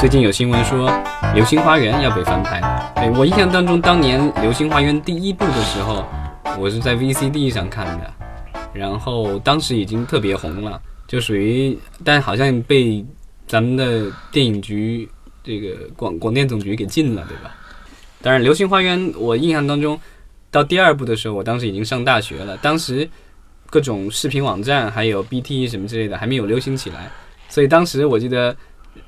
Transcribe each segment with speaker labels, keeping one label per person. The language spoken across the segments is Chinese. Speaker 1: 最近有新闻说《流星花园》要被翻拍。哎，我印象当中，当年《流星花园》第一部的时候，我是在 VCD 上看的，然后当时已经特别红了，就属于，但好像被咱们的电影局这个广广电总局给禁了，对吧？当然，《流星花园》我印象当中，到第二部的时候，我当时已经上大学了，当时各种视频网站还有 BT 什么之类的还没有流行起来，所以当时我记得，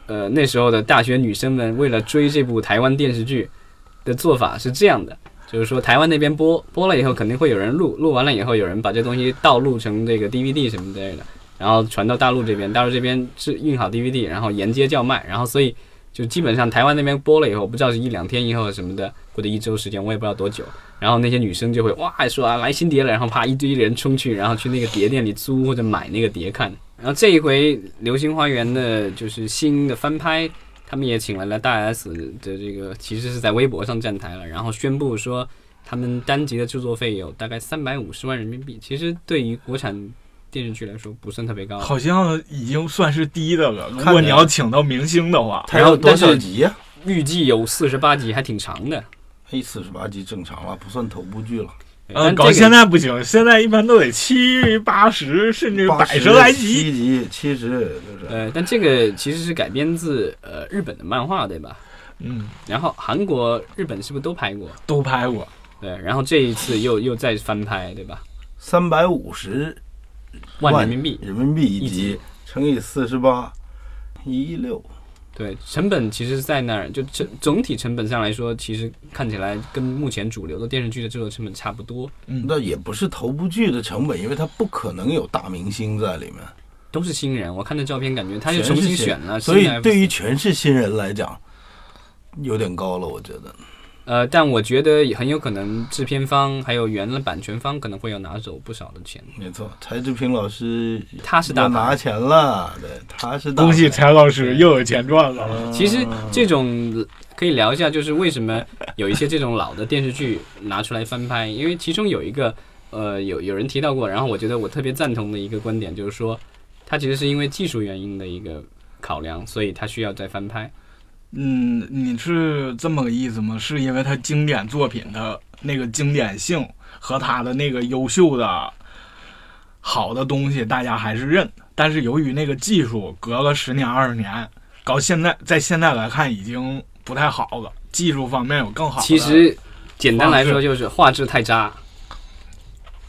Speaker 1: 呃，那时候的大学女生们为了追这部台湾电视剧的做法是这样的，就是说台湾那边播播了以后，肯定会有人录，录完了以后有人把这东西盗录成这个 DVD 什么之类的，然后传到大陆这边，大陆这边制印好 DVD，然后沿街叫卖，然后所以。就基本上台湾那边播了以后，不知道是一两天以后什么的，或者一周时间，我也不知道多久。然后那些女生就会哇说啊来新碟了，然后啪一堆人冲去，然后去那个碟店里租或者买那个碟看。然后这一回《流星花园》的就是新的翻拍，他们也请来了大 S 的这个，其实是在微博上站台了，然后宣布说他们单集的制作费有大概三百五十万人民币，其实对于国产电视剧来说不算特别高。
Speaker 2: 好像已经算是低的了。如
Speaker 3: 看
Speaker 2: 果
Speaker 3: 着
Speaker 2: 你要请到明星的话，
Speaker 3: 它
Speaker 1: 然
Speaker 3: 要
Speaker 1: 后
Speaker 3: 多
Speaker 1: 但是
Speaker 3: 少集呀？
Speaker 1: 预计有四十八集，还挺长的。
Speaker 3: A 四十八集正常了，不算头部剧了，
Speaker 2: 嗯，
Speaker 1: 但
Speaker 2: 搞
Speaker 1: 这个
Speaker 2: 现在不行，现在一般都得七、八十甚至百
Speaker 3: 80
Speaker 2: 十来集。
Speaker 3: 七集，七十就是
Speaker 1: 呃，但这个其实是改编自呃日本的漫画，对吧？
Speaker 2: 嗯，
Speaker 1: 然后韩国、日本是不是都拍过？
Speaker 2: 都拍过。
Speaker 1: 对，然后这一次又又再翻拍，对吧？
Speaker 3: 三百五十
Speaker 1: 万人民币，
Speaker 3: 人民币一
Speaker 1: 一集
Speaker 3: 集，乘以四十八，一六。
Speaker 1: 对，成本其实在那儿，就整总体成本上来说，其实看起来跟目前主流的电视剧的制作成本差不多，
Speaker 2: 嗯，
Speaker 3: 那也不是头部剧的成本，因为它不可能有大明星在里面，
Speaker 1: 都是新人。我看那照片，感觉他又
Speaker 3: 全
Speaker 1: 重
Speaker 3: 是
Speaker 1: 新
Speaker 3: 新
Speaker 1: 选了，
Speaker 3: 所以
Speaker 1: 新的 FC
Speaker 3: 对于全是新人来讲，有点高了，我觉得。
Speaker 1: 呃，但我觉得也很有可能制片方还有原来版权方可能会要拿走不少的钱。
Speaker 3: 没错，柴智屏老师
Speaker 1: 他是大
Speaker 3: 要
Speaker 1: 牌
Speaker 3: 拿钱了，对，他是大
Speaker 2: 恭喜
Speaker 3: 牌
Speaker 2: 柴老师又有钱赚了。
Speaker 1: 其实
Speaker 3: 哦
Speaker 1: 这种可以聊一下，就是为什么有一些这种老的电视剧 拿出来翻拍，因为其中有一个呃有有人提到过，然后我觉得我特别赞同的一个观点就是说，它其实是因为技术原因的一个考量，所以它需要再翻拍。
Speaker 2: 嗯，你是这么个意思吗？是因为他经典作品的那个经典性和他的那个优秀的好的东西，大家还是认。但是由于那个技术隔了十年二十年，搞现在在现在来看已经不太好了，技术方面有更好的。
Speaker 1: 其实简单来说就是画质太渣，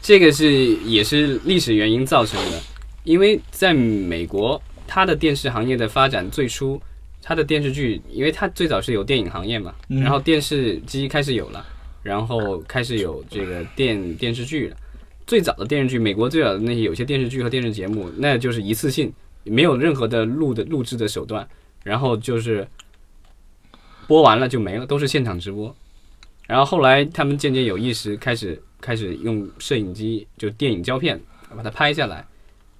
Speaker 1: 这个是也是历史原因造成的，因为在美国，它的电视行业的发展最初。它的电视剧，因为它最早是有电影行业嘛，
Speaker 2: 嗯
Speaker 1: 然后电视机开始有了，然后开始有这个电电视剧了。最早的电视剧，美国最早的那些有些电视剧和电视节目，那就是一次性，没有任何的录的录制的手段，然后就是播完了就没了，都是现场直播。然后后来他们渐渐有意识，开始开始用摄影机，就电影胶片把它拍下来，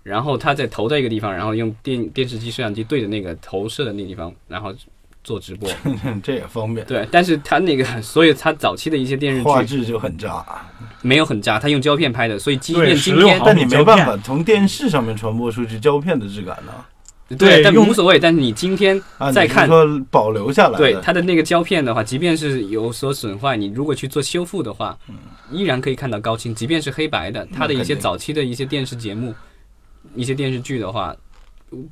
Speaker 1: 然后他再投在一个地方，然后用电电视机、摄像机对着那个投射的那地方，然后做直播。
Speaker 3: 嗯这也方便，
Speaker 1: 对，但是他那个，所以他早期的一些电视
Speaker 3: 画
Speaker 1: 剧
Speaker 3: 质就很渣，没
Speaker 1: 没有很渣，他用胶片拍的，所以即
Speaker 2: 对
Speaker 1: 便
Speaker 2: 实
Speaker 1: 今
Speaker 2: 用
Speaker 1: 天
Speaker 2: 好
Speaker 3: 但你没办法从电视上面传播出去胶片的质感呢。
Speaker 2: 对
Speaker 1: 对，但
Speaker 2: 用
Speaker 1: 无所谓。但是你今天
Speaker 3: 啊，
Speaker 1: 再
Speaker 3: 你是
Speaker 1: 看
Speaker 3: 说保留下来
Speaker 1: 对
Speaker 3: 的，
Speaker 1: 它的那个胶片的话，即便是有所损坏，你如果去做修复的话，
Speaker 3: 嗯
Speaker 1: 依然可以看到高清。即便是黑白的，它的一
Speaker 3: 肯
Speaker 1: 些
Speaker 3: 定
Speaker 1: 早期的一些电视节目、一些电视剧的话，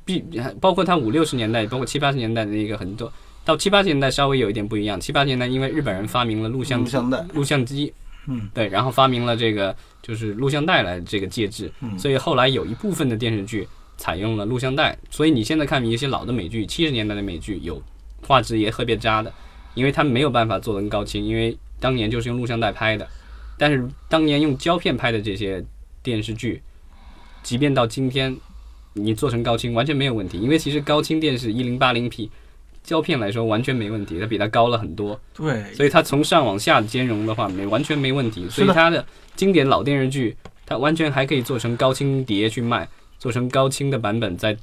Speaker 1: 必包括它五六十年代，包括七八十年代的那个很多，到七八十年代稍微有一点不一样。七八十年代因为日本人发明了录像
Speaker 3: 录像带，
Speaker 1: 录像机，
Speaker 3: 嗯，
Speaker 1: 对，然后发明了这个就是录像带来这个介质，
Speaker 3: 嗯
Speaker 1: 所以后来有一部分的电视剧采用了录像带，所以你现在看一些老的美剧，七十年代的美剧有画质也特别渣的，因为它没有办法做得更高清，因为当年就是用录像带拍的，但是当年用胶片拍的这些电视剧，即便到今天，你做成高清完全没有问题，因为其实高清电视一零八零 P。胶片来说完全没问题，它比它高了很多。
Speaker 2: 对，
Speaker 1: 所以它从上往下兼容的话，没完全没问题。所以它的经典老电视剧，它完全还可以做成高清碟去卖，做成高清的版本，在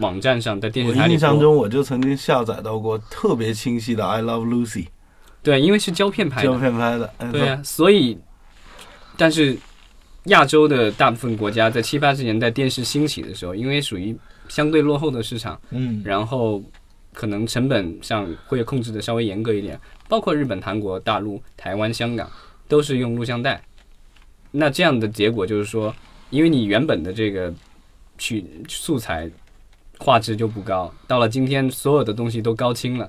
Speaker 1: 网站上、在电视
Speaker 3: 我
Speaker 1: 台里
Speaker 3: 印象
Speaker 1: 播。
Speaker 3: 中，我就曾经下载到过特别清晰的《I Love Lucy
Speaker 1: 对，因为是胶片》拍
Speaker 3: 胶
Speaker 1: 的，
Speaker 3: 片拍的，哎
Speaker 1: 对呀、啊所以，但是亚洲的大部分国家在七八十年代电视兴起的时候，因为属于相对落后的市场，
Speaker 2: 嗯，
Speaker 1: 然后可能成本上会控制的稍微严格一点，包括日本、韩国、大陆、台湾、香港都是用录像带。那这样的结果就是说，因为你原本的这个取素材画质就不高，到了今天所有的东西都高清了，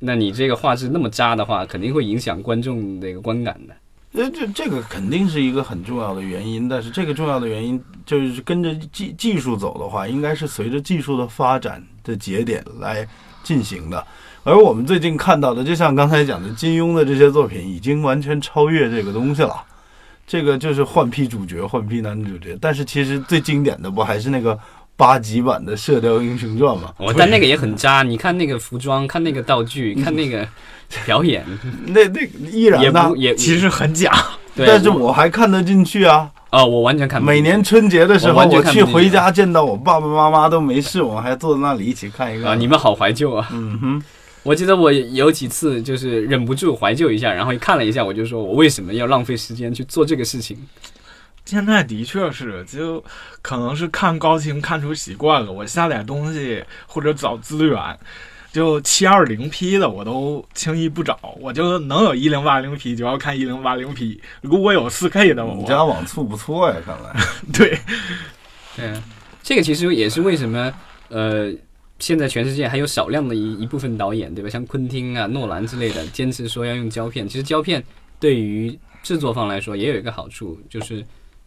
Speaker 1: 那你这个画质那么渣的话，肯定会影响观众的一个观感的。
Speaker 3: 呃，这这个肯定是一个很重要的原因，但是这个重要的原因就是跟着技技术走的话，应该是随着技术的发展的节点来进行的。而我们最近看到的，就像刚才讲的，金庸的这些作品已经完全超越这个东西了。这个就是换批主角，换批男主角，但是其实最经典的不还是那个八级版的《射雕英雄传》吗？
Speaker 1: 哦，但那个也很渣。你看那个服装，看那个道具，看那个表 演，
Speaker 3: 那啊那依
Speaker 1: 也
Speaker 3: 然呢
Speaker 1: 不，也
Speaker 2: 其实很假。
Speaker 1: 对。
Speaker 3: 但是我还看得进去啊。
Speaker 1: 啊、我完全看不懂
Speaker 3: 每年春节的时
Speaker 1: 我
Speaker 3: 候，
Speaker 1: 完全
Speaker 3: 我
Speaker 1: 看
Speaker 3: 去
Speaker 1: 不进去
Speaker 3: 回家见到我爸爸妈妈都没事，我还坐在那里一起看一个
Speaker 1: 啊，你们好怀旧啊！
Speaker 3: 嗯哼，
Speaker 1: 我记得我有几次就是忍不住怀旧一下，然后看了一下，我就说我为什么要浪费时间去做这个事情？
Speaker 2: 现在的确是，就可能是看高清看出习惯了，我下载东西或者找资源，就七二零 P 的我都轻易不找，我就能有一零八零 P 就要看一零八零 P，如果有四 K 的
Speaker 3: 你
Speaker 2: 我，
Speaker 3: 家网速不错呀，看来。
Speaker 2: 对，
Speaker 1: 对啊，这个其实也是为什么呃，现在全世界还有少量的一一部分导演，对吧？像昆汀啊、诺兰之类的，坚持说要用胶片。其实胶片对于制作方来说也有一个好处，就是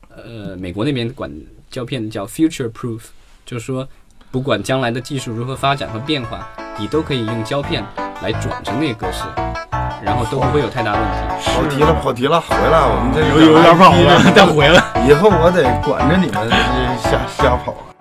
Speaker 1: 呃，美国那边管胶片叫 future proof，就是说不管将来的技术如何发展和变化，你都可以用胶片来转成那个格式，然后都不会有太大问题。
Speaker 3: 跑题哦了，跑题了，回来我们这
Speaker 2: 有有点跑了，再回来。
Speaker 3: 以后我得管着你们瞎瞎跑啊。